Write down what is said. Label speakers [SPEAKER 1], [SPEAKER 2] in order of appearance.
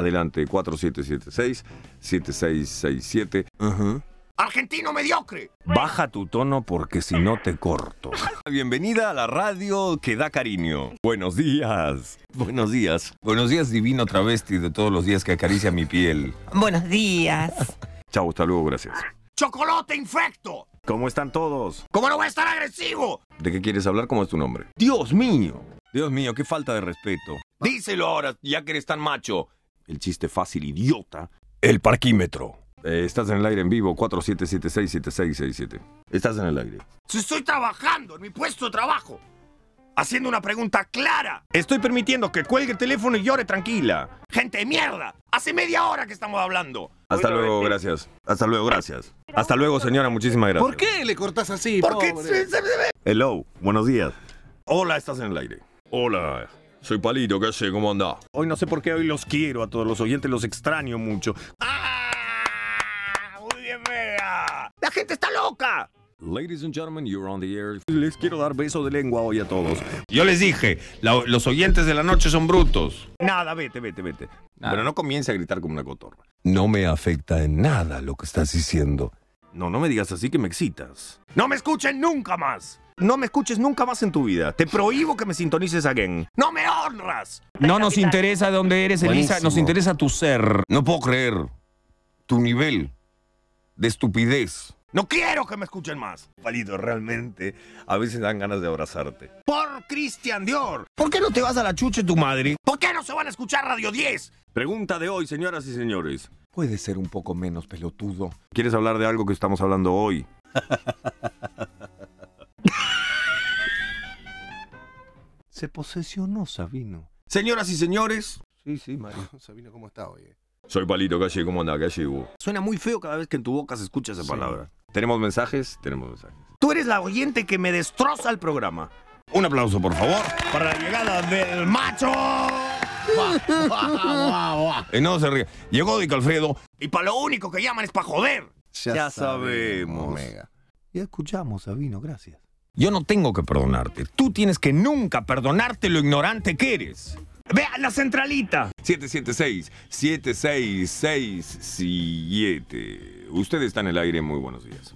[SPEAKER 1] Adelante, 4776-7667. Ajá.
[SPEAKER 2] ¡Argentino mediocre!
[SPEAKER 3] Baja tu tono porque si no te corto.
[SPEAKER 1] Bienvenida a la radio que da cariño. Buenos días. Buenos días. Buenos días, divino travesti de todos los días que acaricia mi piel.
[SPEAKER 4] Buenos días.
[SPEAKER 1] Chao, hasta luego, gracias.
[SPEAKER 2] ¡Chocolate infecto!
[SPEAKER 3] ¿Cómo están todos?
[SPEAKER 2] ¿Cómo no voy a estar agresivo?
[SPEAKER 1] ¿De qué quieres hablar? ¿Cómo es tu nombre? Dios mío. Dios mío, qué falta de respeto. Díselo ahora, ya que eres tan macho. El chiste fácil, idiota. El parquímetro. Eh, estás en el aire en vivo, 47767667. Estás en el aire.
[SPEAKER 2] Si estoy trabajando en mi puesto de trabajo, haciendo una pregunta clara.
[SPEAKER 3] Estoy permitiendo que cuelgue el teléfono y llore tranquila.
[SPEAKER 2] ¡Gente de mierda! Hace media hora que estamos hablando. este-
[SPEAKER 1] Hasta luego, gracias. Hasta luego, gracias. Hasta luego, señora, muchísimas gracias.
[SPEAKER 5] ¿Por qué le cortás así?
[SPEAKER 2] ¿Por qué?
[SPEAKER 5] pobre?
[SPEAKER 2] se- se- se-
[SPEAKER 1] Hello, buenos días. Hola, estás en el aire. Hola, soy Palito, ¿qué sé? ¿Cómo anda?
[SPEAKER 3] Hoy no sé por qué hoy los quiero a todos los oyentes, los extraño mucho.
[SPEAKER 2] ¡Ah! ¡Muy bien, Vega! ¡La gente está loca!
[SPEAKER 1] Ladies and gentlemen, you're on the air.
[SPEAKER 3] Les quiero dar beso de lengua hoy a todos.
[SPEAKER 6] Yo les dije, la- los oyentes de la noche son brutos.
[SPEAKER 3] Nada, vete, vete, vete.
[SPEAKER 1] Pero no comience a gritar como una cotorra.
[SPEAKER 6] No me afecta en nada lo que estás diciendo.
[SPEAKER 1] No, no me digas así que me excitas.
[SPEAKER 3] No me escuchen nunca más. No me escuches nunca más en tu vida. Te prohíbo que me sintonices again.
[SPEAKER 2] ¡No me honras!
[SPEAKER 7] No nos interesa de dónde eres, Elisa, nos
[SPEAKER 6] Buenísimo.
[SPEAKER 7] interesa tu ser.
[SPEAKER 6] No puedo creer tu nivel de estupidez.
[SPEAKER 2] ¡No quiero que me escuchen más!
[SPEAKER 1] Palito, realmente, a veces dan ganas de abrazarte.
[SPEAKER 2] ¡Por Cristian Dior!
[SPEAKER 6] ¿Por qué no te vas a la chuche tu madre?
[SPEAKER 2] ¿Por qué no se van a escuchar Radio 10?
[SPEAKER 1] Pregunta de hoy, señoras y señores.
[SPEAKER 6] Puede ser un poco menos pelotudo.
[SPEAKER 1] ¿Quieres hablar de algo que estamos hablando hoy?
[SPEAKER 6] Se posesionó Sabino.
[SPEAKER 1] Señoras y señores.
[SPEAKER 6] Sí, sí, Mario.
[SPEAKER 5] Sabino, ¿cómo está hoy? eh?
[SPEAKER 1] Soy Palito, Calle, ¿cómo anda? Calle, vos. Suena muy feo cada vez que en tu boca se escucha esa palabra. ¿Tenemos mensajes? Tenemos mensajes.
[SPEAKER 3] Tú eres la oyente que me destroza el programa.
[SPEAKER 1] Un aplauso, por favor.
[SPEAKER 2] Para la llegada del macho. Buah, buah, buah, buah.
[SPEAKER 6] Eh, no se ríe. Llegó Di Calfredo.
[SPEAKER 2] Y para lo único que llaman es para joder.
[SPEAKER 1] Ya sabemos.
[SPEAKER 5] Omega.
[SPEAKER 6] Ya escuchamos, Sabino, gracias. Yo no tengo que perdonarte. Tú tienes que nunca perdonarte lo ignorante que eres.
[SPEAKER 3] Vea la centralita.
[SPEAKER 1] 776-7667. Usted está en el aire, muy buenos días.